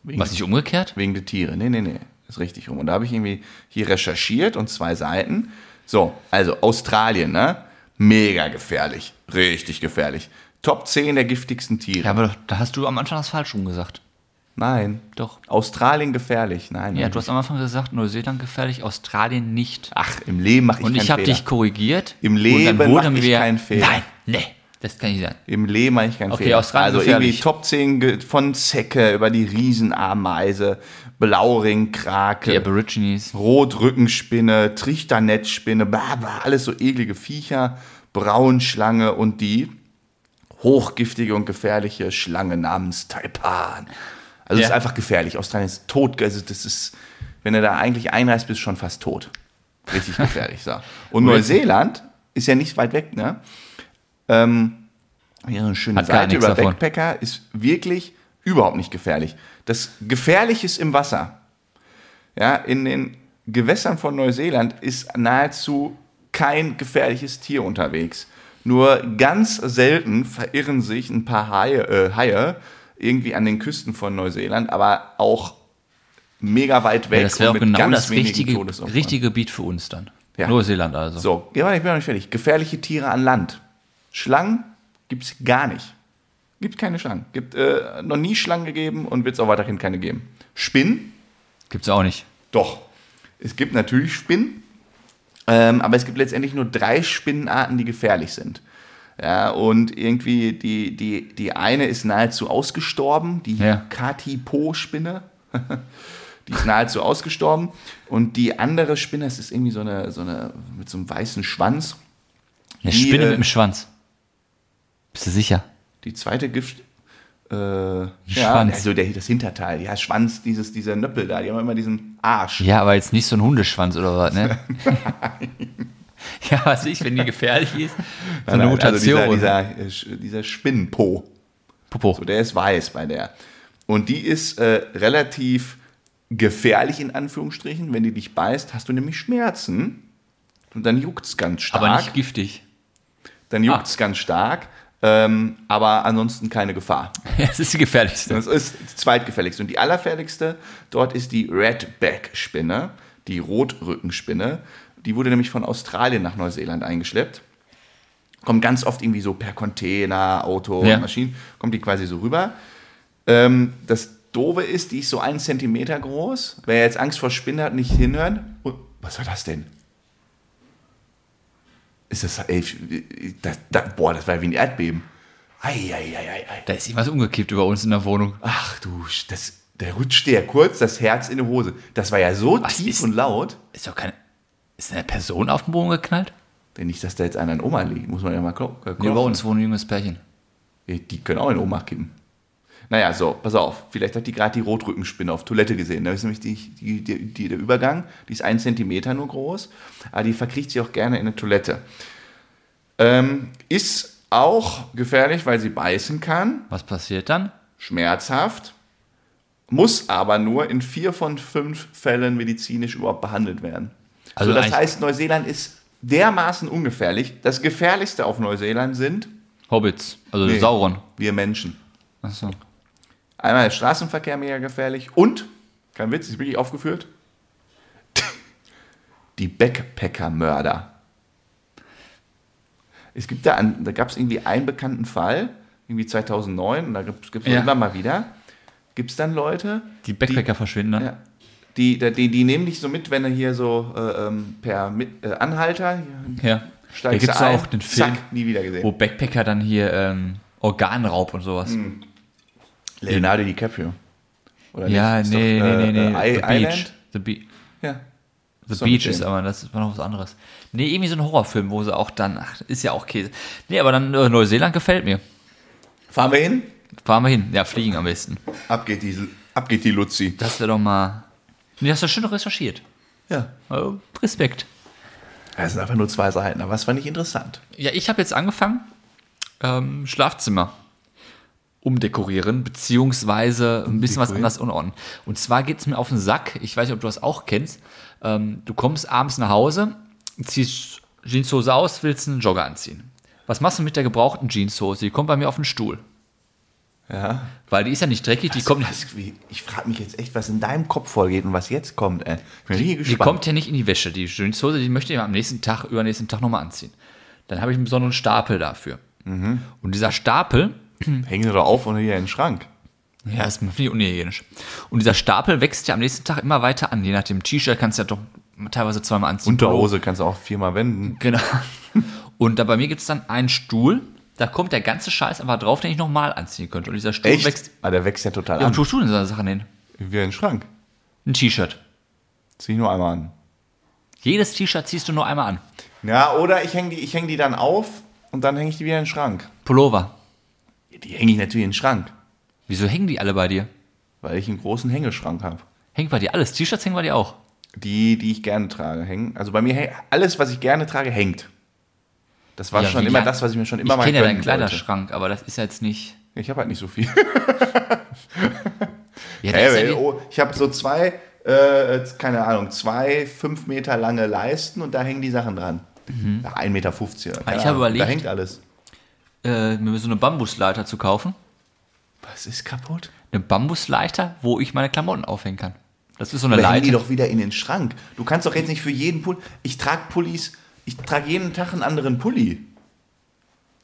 Wegen,
Was nicht umgekehrt?
wegen der Tiere. Nee, nee, nee, ist richtig rum. Und da habe ich irgendwie hier recherchiert und zwei Seiten. So, also Australien, ne? Mega gefährlich. Richtig gefährlich. Top 10 der giftigsten Tiere.
Ja, aber doch, da hast du am Anfang das falsch rumgesagt.
Nein.
Doch.
Australien gefährlich. Nein.
Ja,
nein.
du hast am Anfang gesagt, Neuseeland gefährlich, Australien nicht.
Ach, im Leben mache ich
Und
keinen
ich habe
Fehler.
dich korrigiert.
Im
und
Leben
dann wurde
mach ich
mir-
keinen Fehler.
Nein, nee, das kann ich nicht sein.
Im Leben mache ich keinen
Okay,
Fehler.
Australien
also
gefährlich.
irgendwie Top 10 ge- von Zecke über die Riesenameise, Blauringkrake,
Die Aborigines.
Rotrückenspinne, Trichternetzspinne, bla bla, alles so eklige Viecher, Braunschlange und die hochgiftige und gefährliche Schlange namens Taipan. Also es
Ja.
ist einfach gefährlich. Australien ist tot, also das ist, wenn du da eigentlich einreist, bist du schon fast tot.
*laughs*
Richtig gefährlich, so. Und Neuseeland ist ja nicht weit weg, ne? Ähm, hier eine schöne
Hat gar
Seite
nichts
über
davon.
Backpacker ist wirklich überhaupt nicht gefährlich. Das gefährlich ist im Wasser. Ja, in den Gewässern von Neuseeland ist nahezu kein gefährliches Tier unterwegs. Nur ganz selten verirren sich ein paar Haie, äh, Haie irgendwie an den Küsten von Neuseeland, aber auch mega weit weg.
Ja, das wäre
und
auch
mit
genau
ganz
das
wenigen
richtige,
Todesopfern.
richtige Gebiet für uns dann.
Ja.
Neuseeland also.
So, ja, warte, ich bin noch nicht fertig. Gefährliche Tiere an Land. Schlangen gibt's gar nicht. Gibt keine Schlangen. Gibt äh, noch nie Schlangen gegeben und wird es auch weiterhin keine geben. Spinnen
Gibt's auch nicht.
Doch. Es gibt natürlich Spinnen, ähm, aber es gibt letztendlich nur drei Spinnenarten, die gefährlich sind. Ja, und irgendwie die, die, die eine ist nahezu ausgestorben, die
Ja.
Katipo-Spinne. *laughs* die ist nahezu ausgestorben. Und die andere Spinne, das ist irgendwie so eine, so eine mit so einem weißen Schwanz.
Eine
Die,
Spinne
äh,
mit dem Schwanz. Bist du sicher?
Die zweite Gift. Äh, ja,
Schwanz.
also der, das Hinterteil, ja, Schwanz, dieses, dieser Nöppel da, die haben immer diesen Arsch.
Ja, aber jetzt nicht so ein Hundeschwanz oder
*laughs*
was, ne? ja, was ich, wenn die gefährlich ist. So eine
Nein, also
Mutation.
dieser, dieser, äh, Sch- dieser Spinnenpo.
Popo.
So, der ist weiß bei der. Und die ist äh, relativ gefährlich in Anführungsstrichen. Wenn die dich beißt, hast du nämlich Schmerzen. Und dann juckt's ganz stark.
aber nicht Ah. giftig. *laughs*
dann juckt's ganz stark. Ähm, aber ansonsten keine Gefahr.
Es ist die gefährlichste.
Das ist die zweitgefährlichste. Und die allerfährlichste dort ist die Redback-Spinne, die Rotrückenspinne. Die wurde nämlich von Australien nach Neuseeland eingeschleppt. Kommt ganz oft irgendwie so per Container, Auto,
Ja.
Maschinen, kommt die quasi so rüber. Ähm, das Doofe ist, die ist so einen Zentimeter groß. Wer jetzt Angst vor Spinnen hat, nicht hinhören. Und, was war das denn? Ist das, ey, das, das, boah, das war wie ein Erdbeben. Ei, ei, ei, ei, ei.
Da ist irgendwas umgekippt über uns in der Wohnung.
Ach du, Sch- das, der rutschte ja kurz das Herz in die Hose. Das war ja so
Was
tief
ist-
und laut.
Ist doch keine. Ist eine Person auf den Boden geknallt?
Denn nicht, dass da jetzt einer in Oma liegt, muss man ja mal gucken.
Nee, bei uns wohnt ein junges Pärchen.
Die können auch in Oma kippen. Naja, so, pass auf. Vielleicht hat die gerade die Rotrückenspinne auf Toilette gesehen. Da ist nämlich die, die, die, die, der Übergang. Die ist ein Zentimeter nur groß. Aber die verkriecht sich auch gerne in eine Toilette. Ähm, ist auch gefährlich, weil sie beißen kann.
Was passiert dann?
schmerzhaft, muss aber nur in vier von fünf Fällen medizinisch überhaupt behandelt werden. Also
Also
so, das
eigentlich-
heißt, Neuseeland ist dermaßen ungefährlich. Das Gefährlichste auf Neuseeland sind
Hobbits, also
Nee.
Sauron.
wir Menschen.
Achso.
Einmal ist Straßenverkehr mega gefährlich und, kein Witz, ist wirklich aufgeführt, *laughs* die Backpacker-Mörder. Es gibt da, an, da gab es irgendwie einen bekannten Fall, irgendwie 2009, und da gibt es
Ja.
immer mal wieder, gibt es dann Leute,
Die Backpacker verschwinden dann.
ja. Die, die, die, die nehmen dich so mit, wenn du hier so äh, ähm, per mit, äh, Anhalter hier,
Ja. Da
steigst
gibt es
du ein,
auch den Film,
Zack, nie wieder gesehen.
wo Backpacker dann hier ähm, Organraub und sowas.
Hm, Leonardo DiCaprio. Oder
Ja,
nicht? Ist
nee,
doch,
nee,
äh,
nee, nee.
äh, I-
The Beach.
Island?
The, Be
Ja.
The
So ein
Beach
Film.
ist aber, das war noch was anderes. Nee, irgendwie so ein Horrorfilm, wo sie auch dann, ach, ist ja auch Käse. Nee, aber dann äh, Neuseeland gefällt mir.
Fahren wir hin?
Fahren wir hin. Ja, fliegen am besten.
Ab geht die, ab geht die Luzi.
Das wäre doch mal. Nee, hast du schön recherchiert.
Ja.
Also, Respekt.
Das sind einfach nur zwei Seiten, aber das fand ich interessant.
Ja, ich habe jetzt angefangen, ähm, Schlafzimmer umdekorieren, beziehungsweise ein bisschen was
Umdekorieren?
anders unordnen. Und zwar geht's mir auf den Sack, ich weiß nicht, ob du das auch kennst, ähm, du kommst abends nach Hause, ziehst Jeanshose aus, willst einen Jogger anziehen. Was machst du mit der gebrauchten Jeanshose? Die kommt bei mir auf den Stuhl.
Ja.
Weil die ist ja nicht dreckig, die kommt,
Was, wie, ich frage mich jetzt echt, was in deinem Kopf vorgeht und was jetzt kommt. Ey. Ich bin richtig
die
gespannt.
kommt ja nicht in die Wäsche. Die Jeanshose, die möchte ich am nächsten Tag, übernächsten Tag nochmal anziehen. Dann habe ich einen besonderen Stapel dafür. Und dieser Stapel,
Hängen sie doch auf und hier in den Schrank.
Ja, das finde ich unhygienisch. Und dieser Stapel wächst ja am nächsten Tag immer weiter an. Je nach dem T-Shirt kannst du ja doch teilweise zweimal anziehen.
Unterhose kannst du auch viermal wenden.
Genau. Und da bei mir gibt es dann einen Stuhl, da kommt der ganze Scheiß einfach drauf, den ich nochmal anziehen könnte. Und dieser Stuhl wächst.
Ah, der wächst ja total
Ja,
an.
und tust du denn so Sachen hin?
Wie ein Schrank.
Ein T-Shirt.
Zieh ich nur einmal an.
Jedes T-Shirt ziehst du nur einmal an.
Ja, oder ich hänge die, ich häng die dann auf und dann hänge ich die wieder in den Schrank.
Pullover.
Die hänge ich natürlich in den Schrank,
Wieso hängen die alle bei dir?
weil ich einen großen Hängeschrank habe.
Hängt bei dir alles. T-Shirts hängen bei dir auch.
Die, die ich gerne trage, hängen. Also bei mir häng- alles, was ich gerne trage, hängt. Das war
Ja,
schon
wie
immer
ja.
das, was ich mir schon immer
Ich
mal
kenne ja deinen
gönnen wollte.
Kleiderschrank, aber das ist ja jetzt nicht.
Ich habe halt nicht so
*laughs*
viel.
Ja, das
Hey,
ist ja
weil-
die-
oh, ich habe so zwei, äh, jetzt, keine Ahnung, zwei fünf Meter lange Leisten und da hängen die Sachen dran. Ja, 1,50 Meter. keine
Mhm. Ah, Ich habe
Ahnung, Da
überlegt-
hängt alles.
äh, mir so eine Bambusleiter zu kaufen.
Was ist kaputt?
eine Bambusleiter, wo ich meine Klamotten aufhängen kann. Das ist so eine
Oder hängen
Leiter.
die doch wieder in den Schrank. Du kannst doch jetzt nicht für jeden Pulli. Ich trage Pullis, ich trage jeden Tag einen anderen Pulli.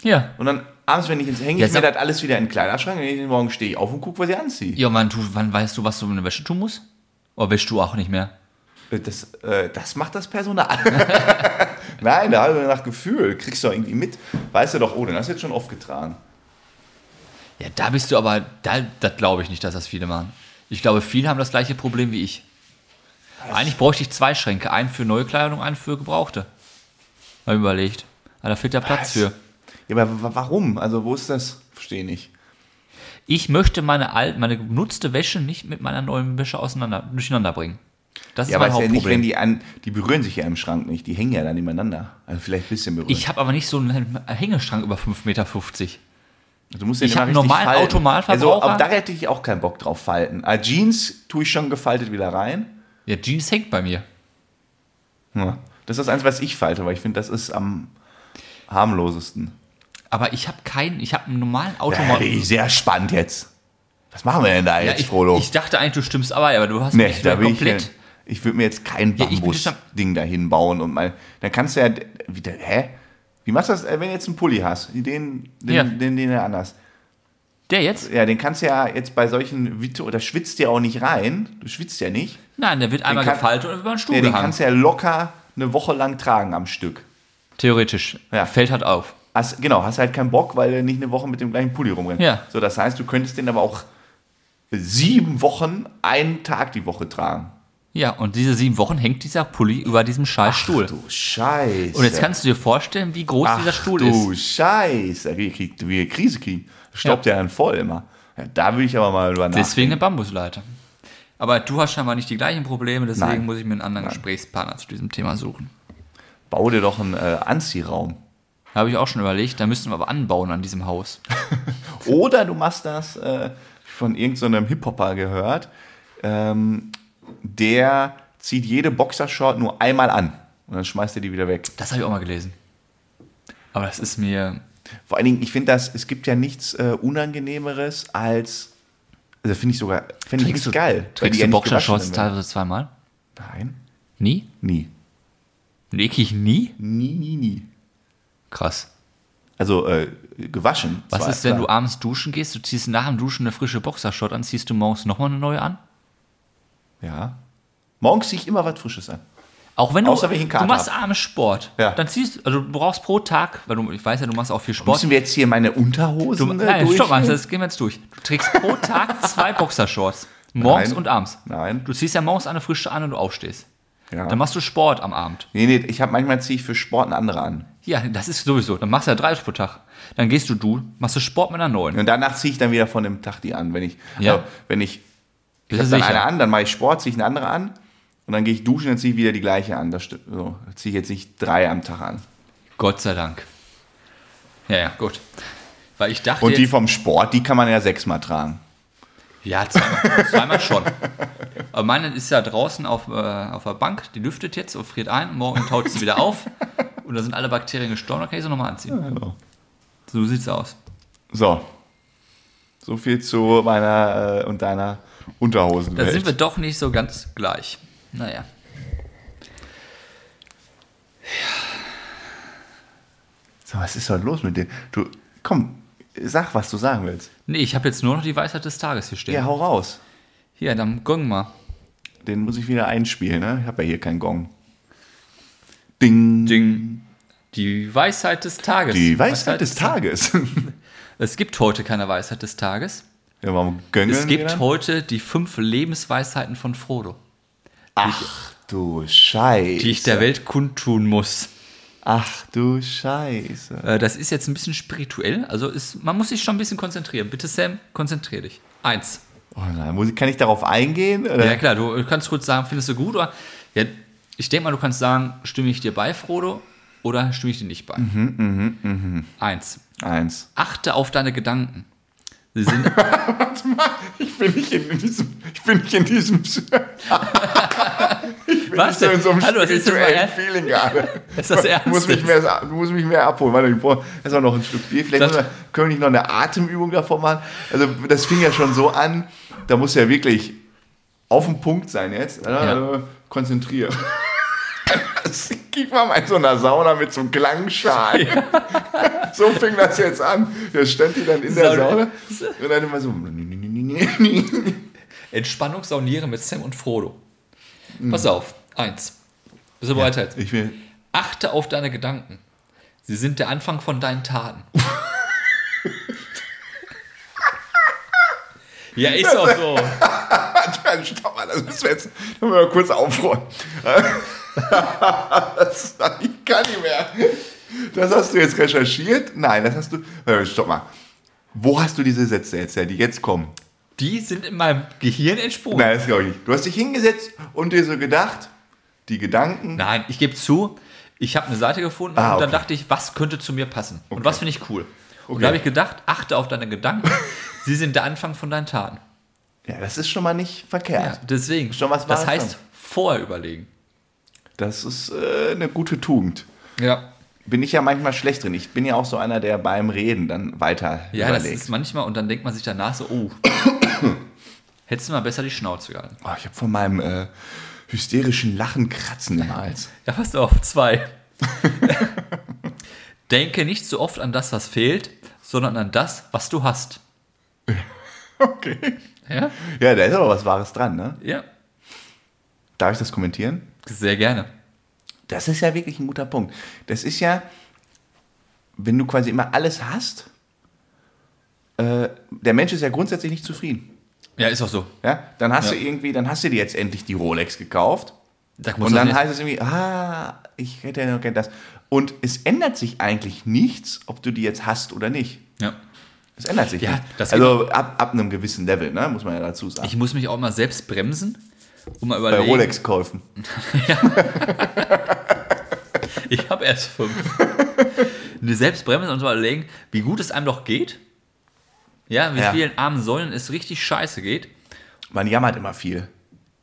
ja.
Und dann abends, wenn ich ins Hänge,
Ja,
ich mir
sag-
das alles wieder in den Kleiderschrank und jeden Morgen stehe ich auf und gucke, was ich anziehe.
Ja, wann, du, wann weißt du, was du mit der Wäsche tun musst? Oder wäschst du auch nicht mehr?
Das, äh, das macht das Personal. *laughs* Nein, da habe ich nach Gefühl. Kriegst du doch irgendwie mit. Weißt du doch, oh, den hast du jetzt schon oft getragen.
Ja, da bist du aber, da, das glaube ich nicht, dass das viele machen. Ich glaube, viele haben das gleiche Problem wie ich. Eigentlich bräuchte ich zwei Schränke. Einen für neue Kleidung, einen für gebrauchte. Hab ich überlegt. Aber da fehlt ja Platz
Was?
für.
Ja, aber wa- warum? Also, wo ist das? Verstehe nicht.
Ich möchte meine, alt, meine genutzte Wäsche nicht mit meiner neuen Wäsche auseinander, durcheinander bringen. Das ist
Ja, aber
mein
ist ja nicht, wenn
Hauptproblem.
die an, die berühren sich ja im Schrank nicht. Die hängen ja dann nebeneinander. Also, vielleicht ein bisschen berühren.
ich habe aber nicht so einen Hängeschrank über 5,50 Meter.
du musst den
ich
immer
hab
richtig
normalen
falten.
Automalverbraucher.
Also, auch da hätte ich auch keinen Bock drauf falten. Ah, Jeans tue ich schon gefaltet wieder rein.
Ja, Jeans hängt bei mir.
Ja. Das ist das Einzige, was ich falte, weil ich finde, das ist am harmlosesten.
Aber ich habe keinen, ich habe einen normalen
Ja,
Automat.
die ist sehr spannend jetzt. Was machen wir denn da
Ja,
jetzt,
ich,
Frodo?
ich dachte eigentlich, du stimmst aber, aber du hast
Nee,
mich
da
wieder
will ich,
komplett.
ich würde mir jetzt kein
Ja, ich bin
Bambus-Ding dahin bauen und mal. Dann kannst du ja. Wie, der- hä? Wie machst du das, äh, wenn du jetzt einen Pulli hast? Den, den,
Ja.
den, den ja anders.
Der jetzt?
Ja, den kannst du ja jetzt bei solchen Witte oder schwitzt ja auch nicht rein. Du schwitzt ja nicht.
Nein, der wird einmal
kann-
gefaltet und über den Stuhl
Ja, den
gehangen.
kannst du ja locker eine Woche lang tragen am Stück.
Theoretisch.
Ja.
Fällt halt auf.
Hast, genau, hast halt keinen Bock, weil du nicht eine Woche mit dem gleichen Pulli rumrennst.
Ja.
So, das heißt, du könntest den aber auch sieben Wochen, einen Tag die Woche tragen.
Ja, und diese sieben Wochen hängt dieser Pulli über diesem scheiß Stuhl.
Du Scheiße.
Und jetzt kannst du dir vorstellen, wie groß dieser Stuhl
du
ist.
Scheiße, wir kriegen wir Krise kriegen. Das Staubt ja. dann voll immer. Ja, da will ich aber mal drüber nachdenken.
Deswegen eine Bambusleiter. Aber du hast scheinbar nicht die gleichen Probleme, deswegen
Nein.
muss ich mir einen anderen Gesprächspartner zu diesem Thema suchen.
Bau dir doch einen äh, Anziehraum.
Habe ich auch schon überlegt, da müssten wir aber anbauen an diesem Haus.
Oder du machst das äh, von irgendeinem Hip-Hopper gehört, ähm, der zieht jede Boxershort nur einmal an und dann schmeißt er die wieder weg.
Das habe ich auch mal gelesen. Aber das ist mir.
Vor allen Dingen, ich finde das, es gibt ja nichts äh, Unangenehmeres als, also finde ich sogar, finde ich
Trägst
richtig
du-
geil. weil die
Trägst
ja
du
nicht
Boxershorts
gewaschen werden.
teilweise zweimal?
Nein,
Nie?
nie.
Wirklich nie?
Nie, nie, nie.
Krass.
Also äh, gewaschen.
Was
zwar,
ist, wenn
klar.
du abends duschen gehst, du ziehst nach dem Duschen eine frische Boxershort an, ziehst du morgens nochmal eine neue an?
Ja. Morgens ziehe ich immer was Frisches an.
Auch wenn du,
Außer wenn ich einen Kater
du machst abends Sport,
Ja.
dann ziehst also du brauchst pro Tag, weil du, ich weiß ja, du machst auch viel Sport.
Müssen wir jetzt hier meine Unterhosen
Du,
äh,
nein,
durch?
stopp mal, das gehen wir jetzt durch. Du trägst pro
*laughs*
Tag zwei Boxershorts, morgens
Nein.
und abends.
Nein.
Du ziehst ja morgens eine frische an, wenn du aufstehst.
Ja.
Dann machst du Sport am Abend.
Nee, nee, ich habe manchmal ziehe ich für Sport eine andere an.
Ja, das ist sowieso. Dann machst du ja drei pro Tag. Dann gehst du, du machst du Sport mit einer neuen.
Und danach ziehe ich dann wieder von dem Tag die an. Wenn ich,
Ja.
äh, wenn ich, ich
Bist
hab
du
dann
sicher?
eine an, dann mache ich Sport, ziehe ich eine andere an und dann gehe ich duschen, dann ziehe ich wieder die gleiche an. Das stimmt. So, ziehe ich jetzt nicht drei am Tag an.
Gott sei Dank. Ja, ja, gut. Weil ich dachte,
Und die
jetzt-
vom Sport, die kann man ja sechsmal tragen.
ja, zweimal, zweimal schon. Aber meine ist ja draußen auf, äh, auf der Bank, die lüftet jetzt und friert ein. Morgen taut sie wieder auf. Und da sind alle Bakterien gestorben, dann kann ich sie nochmal anziehen.
Genau.
So sieht's aus.
So. So viel zu meiner äh, und deiner
Da
Unterhosenwelt.
sind wir doch nicht so ganz gleich. Naja.
so, was ist denn los mit dir? Du, komm, sag, was du sagen willst.
Nee, ich habe jetzt nur noch die Weisheit des Tages hier stehen.
Ja, hau raus.
Hier, dann gong mal.
Den muss ich wieder einspielen, ne? Ich habe ja hier keinen Gong. Ding.
Ding. Die Weisheit des Tages.
Die Weisheit des Tages. *laughs*
Es gibt heute keine Weisheit des Tages.
ja, warum gönnen
Es
wir
gibt
dann?
heute die fünf Lebensweisheiten von Frodo,
Ach du Scheiße.
die ich der Welt kundtun muss.
Ach du Scheiße.
Äh, Das ist jetzt ein bisschen spirituell, also ist, man muss sich schon ein bisschen konzentrieren. Bitte, Sam, konzentrier dich. Eins.
Oh nein, muss ich- kann ich darauf eingehen? Oder?
Ja, klar, du kannst kurz sagen, findest du gut oder. Ja, ich denke mal, du kannst sagen, stimme ich dir bei, Frodo, oder stimme ich dir nicht bei. mhm, Eins.
Eins. *laughs*
Achte auf deine Gedanken. Sie *laughs* sind
Ich bin nicht in diesem. Ich bin nicht in diesem. *laughs*
Was denn? Hallo, das ist, das, mal ernst?
Feeling gerade.
*laughs* ist das ernst?
Du musst mich mehr, du musst mich mehr abholen. Warte, ich brauche erstmal noch ein Stück Bier. Vielleicht
Das-
müssen wir, können wir nicht noch eine Atemübung davor machen. Also, das fing ja schon so an. Da muss ja wirklich auf den Punkt sein jetzt. Also, *laughs* Konzentriere. Das ging man mal in so einer Sauna mit so einem Klangschal. *laughs* So fing das jetzt an. Da stand die dann in der Sauna
Sauna.
und dann immer so. *laughs*
Entspannung sauniere mit Sam und Frodo. Pass auf. Eins. Bist du bereit? Halt. jetzt?
Ich will.
Achte auf deine Gedanken. Sie sind der Anfang von deinen Taten.
*laughs*
ja, ist auch so.
Stopp mal, das müssen wir jetzt müssen wir mal kurz aufräumen. *laughs* Das, ich kann nicht mehr. Das hast du jetzt recherchiert? Nein, das hast du. Äh, Stopp mal. Wo hast du diese Sätze jetzt her, die jetzt kommen?
Die sind in meinem Gehirn entsprungen.
Nein, das glaube ich nicht. Du hast dich hingesetzt und dir so gedacht, die Gedanken.
Nein, ich gebe zu, ich habe eine Seite gefunden
Ah,
und dann
okay.
dachte ich, was könnte zu mir passen?
Okay.
Und was finde ich cool? Und
Okay.
da habe ich gedacht, achte auf
*laughs*
deine Gedanken. Sie sind der Anfang von deinen Taten.
Ja, das ist schon mal nicht
Ja,
verkehrt.
deswegen.
Schon was
das
Wahres
heißt, vorher überlegen.
Das ist äh, eine gute Tugend.
Ja.
Bin ich ja manchmal schlecht drin. Ich bin ja auch so einer, der beim Reden dann weiter
Ja, das
überlegt.
ist manchmal, und dann denkt man sich danach so,
*coughs*
oh, hättest du mal besser die Schnauze gehalten.
Oh, ich habe von meinem äh, hysterischen Lachen Kratzen im Hals.
Ja, passt auf, *laughs* zwei. Denke nicht so oft an das, was fehlt, sondern an das, was du hast.
Okay.
Ja?
Ja, da ist aber was Wahres dran, ne?
Ja,
Darf ich das kommentieren?
sehr gerne.
Das ist ja wirklich ein guter Punkt. Das ist ja, wenn du quasi immer alles hast, äh, der Mensch ist ja grundsätzlich nicht zufrieden.
Ja, ist auch so.
Ja? Dann hast
Ja.
du irgendwie, dann hast du dir jetzt endlich die Rolex gekauft
Sag, muss
und
das
dann
nicht-
heißt es irgendwie, ah, ich hätte ja noch gern das. Und es ändert sich eigentlich nichts, ob du die jetzt hast oder nicht.
ja.
Es ändert sich
Ja,
nicht.
das
also ab, ab einem gewissen Level, ne? muss man ja dazu sagen.
Ich muss mich auch mal selbst bremsen und mal
Bei
überlegen.
Rolex-Käufen.
Ich habe erst fünf. *laughs* Eine Selbstbremse und so überlegen, wie gut es einem doch geht. Ja, wie
Ja.
vielen armen Säulen es richtig scheiße geht.
Man jammert immer viel.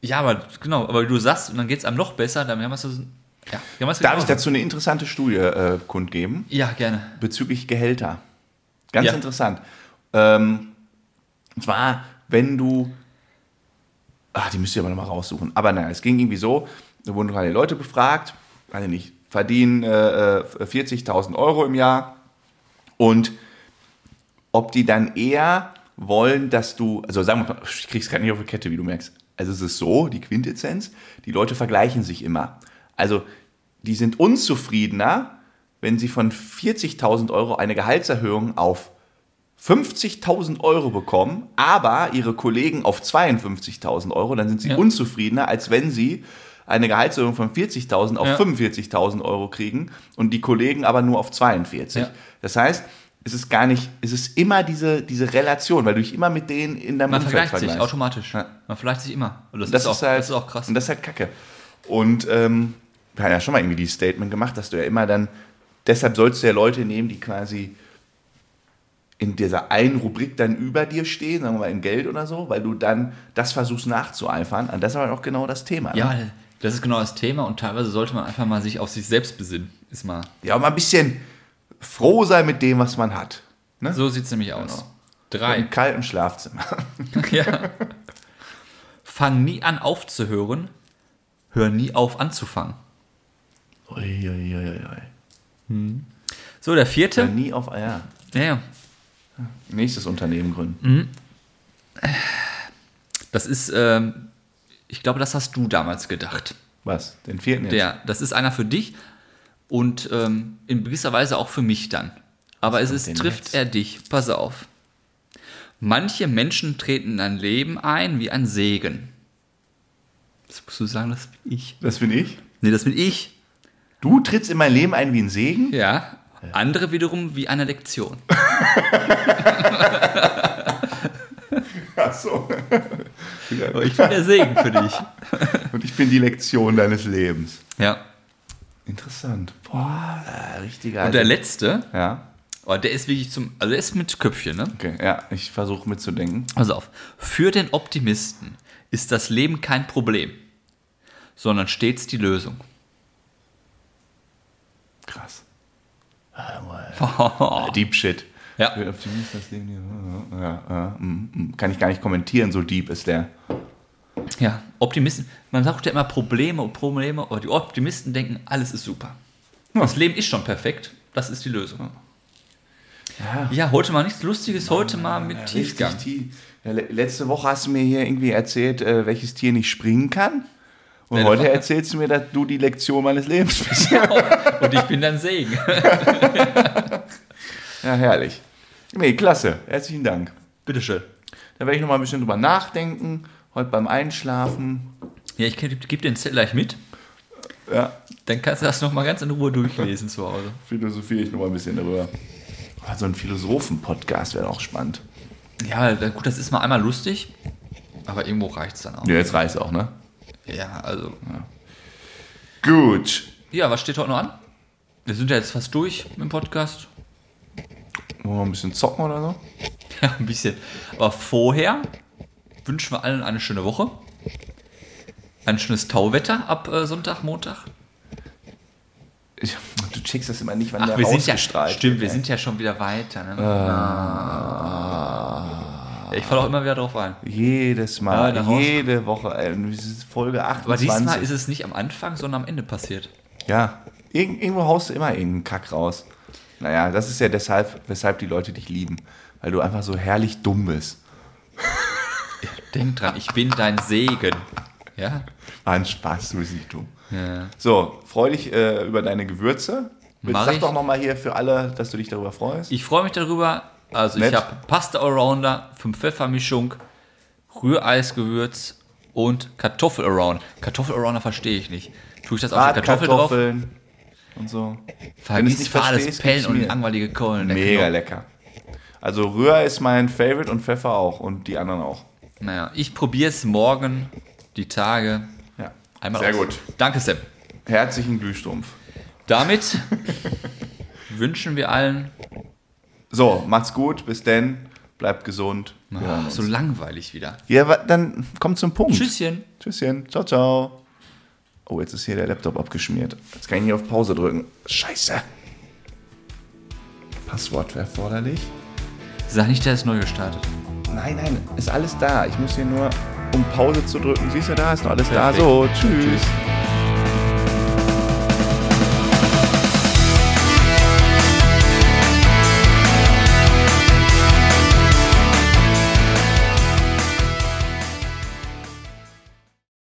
Ja, aber genau, aber wie du sagst, und dann geht es einem noch besser, dann haben wir es. Ja, dann haben
Darf ich dazu eine interessante Studie äh, kundgeben?
Ja, gerne.
bezüglich Gehälter. Ganz
Ja.
interessant. Ähm, und zwar, wenn du. Ach, die müsst ihr aber nochmal raussuchen. Aber naja, es ging irgendwie so: da wurden gerade Leute befragt, weiß ich nicht, verdienen äh, äh, 40.000 Euro im Jahr und ob die dann eher wollen, dass du, also sagen wir mal, ich krieg's gerade nicht auf die Kette, wie du merkst. Also es ist so, die Quintessenz, die Leute vergleichen sich immer. Also die sind unzufriedener, wenn sie von 40.000 Euro eine Gehaltserhöhung auf 50.000 Euro bekommen, aber ihre Kollegen auf 52.000 Euro, dann sind sie
Ja.
unzufriedener, als wenn sie eine Gehaltserhöhung von 40.000 auf
Ja.
45.000 Euro kriegen und die Kollegen aber nur auf 42.
Ja.
Das heißt, es ist gar nicht, es ist immer diese, diese Relation, weil du dich immer mit denen in deinem
Man
Umfeld
vergleicht sich
vergleichst.
automatisch. Man vergleicht sich immer. Und das,
Das
ist auch,
ist halt,
das ist auch krass.
Und das ist halt kacke. Und ähm, wir haben ja schon mal irgendwie dieses Statement gemacht, dass du ja immer dann, deshalb sollst du ja Leute nehmen, die quasi in dieser einen Rubrik dann über dir stehen, sagen wir mal in Geld oder so, weil du dann das versuchst nachzueifern. Und das ist aber auch genau das Thema. Ne?
ja, das ist genau das Thema und teilweise sollte man einfach mal sich auf sich selbst besinnen. Ist mal.
ja, mal ein bisschen froh sein mit dem, was man hat. Ne?
So sieht es nämlich aus.
Genau.
Drei.
Im kalten Schlafzimmer. *laughs*
ja. Fang nie an aufzuhören, hör nie auf anzufangen.
Uiuiuiui.
So, der vierte.
Nie auf Eier.
Ja, ja.
Nächstes Unternehmen gründen.
Mhm. Das ist, ähm, ich glaube, das hast du damals gedacht.
Was? Den vierten jetzt?
Der, das ist einer für dich und ähm, in gewisser Weise auch für mich dann. Aber es
kommt
ist,
denn
trifft
jetzt?
er dich. Pass auf. Manche Menschen treten in ein Leben ein wie ein Segen. Das musst du sagen, das bin ich.
Das bin ich.
Nee, das bin ich.
Du trittst in mein Leben ein wie ein Segen?
Ja. Andere wiederum wie eine Lektion.
Ach so.
Aber Oh, ich bin der Segen für dich.
*laughs* Und ich bin die Lektion deines Lebens.
*laughs* Ja.
Interessant. Boah, äh, richtiger.
Und der letzte,
ja,
oh, der ist wirklich zum, also der ist mit Köpfchen, ne?
okay, ja, ich versuche mitzudenken.
Pass auf. Für den Optimisten ist das Leben kein Problem, sondern stets die Lösung.
Krass.
*laughs* Oh,
Deep Shit.
Ja.
Für Optimist das Leben hier. Ja, ja, mm, mm. Kann ich gar nicht kommentieren, so deep ist der.
ja, Optimisten, man sagt ja immer Probleme und Probleme, aber die Optimisten denken, alles ist super. Das Leben ist schon perfekt, das ist die Lösung. Ja, heute mal nichts Lustiges, heute mal mit Tiefgang.
tief. Ja, le letzte Woche hast du mir hier irgendwie erzählt, äh, welches Tier nicht springen kann. Und
Ja,
heute
das-
erzählst du mir, dass du die Lektion meines Lebens *laughs* bist.
Und ich bin dein Segen.
Ja, herrlich. Nee, klasse. Herzlichen Dank.
*laughs* Bitteschön.
Da werde ich noch mal ein bisschen drüber nachdenken. Heute beim Einschlafen.
Ja, ich gebe geb den Zettel gleich mit,
Ja,
dann kannst du das nochmal ganz in Ruhe durchlesen zu Hause.
philosophiere ich noch mal ein bisschen darüber. Oh, so ein Philosophen-Podcast wäre auch spannend.
Ja, dann- gut, das ist mal einmal lustig, aber irgendwo reicht es dann auch.
Ja, jetzt reicht auch, ne?
Ja, also.
Gut.
Ja, was steht heute noch an? Wir sind ja jetzt fast durch mit dem Podcast.
Wollen wir mal ein bisschen zocken oder so?
Ja, *laughs* ein bisschen. Aber vorher wünschen wir allen eine schöne Woche. Ein schönes Tauwetter ab äh, Sonntag, Montag.
Ich, du checkst das immer nicht, wann
Ach,
der
wir sind ja.
rausgestrahlt
Stimmt, wir
wird,
sind ja schon wieder weiter. Ne? Ah. Ich falle auch immer wieder drauf ein.
ey. Jedes Mal,
Ja, nach Hause.
jede Woche. Ey, und es ist Folge 28.
Aber diesmal ist es nicht am Anfang, sondern am Ende passiert.
Ja, Irgend, irgendwo haust du immer irgendeinen Kack raus. Naja, das ist ja deshalb, weshalb die Leute dich lieben. Weil du einfach so herrlich dumm bist.
Denk dran, ich bin dein Segen. Ja?
War ein Spaß, du bist nicht dumm.
ja.
So, freu dich äh, über deine Gewürze. Willst-
Mach
Sag
ich.
doch nochmal hier für alle, dass du dich darüber freust.
Ich freue mich darüber. Also
Nett.
ich habe Pasta Allrounder, 5 Pfeffermischung, Rühreisgewürz und Kartoffel Around. Kartoffel Arounder verstehe ich nicht. Tue ich das auf die Kartoffel drauf?
Kartoffeln und so.
Vergiss
nicht
nicht alles
verstehst,
Pellen
gib's
und
mir.
langweilige Kohlen. Der
Mega
Knoblauch.
lecker. Also Rühr ist mein Favorite und Pfeffer auch und die anderen auch.
Naja, ich probiere es morgen, die Tage.
Ja.
Einmal
Sehr
aus.
gut.
Danke, Sam.
Herzlichen Glühstrumpf. *laughs*
Damit wünschen wir allen,
So, macht's gut, bis denn, bleibt gesund. Wir hören
Ah,
uns.
so langweilig wieder.
Ja, wa- dann kommt zum Punkt.
Tschüsschen.
Tschüsschen. Ciao, ciao. Oh, jetzt ist hier der Laptop abgeschmiert. Jetzt kann ich hier auf Pause drücken. Scheiße. Passwort wäre erforderlich.
Sag nicht, der ist neu gestartet.
Nein, nein, ist alles da. Ich muss hier nur, um Pause zu drücken. Siehst du, da ist noch alles da.
Perfekt.
So, tschüss.
Tschüss.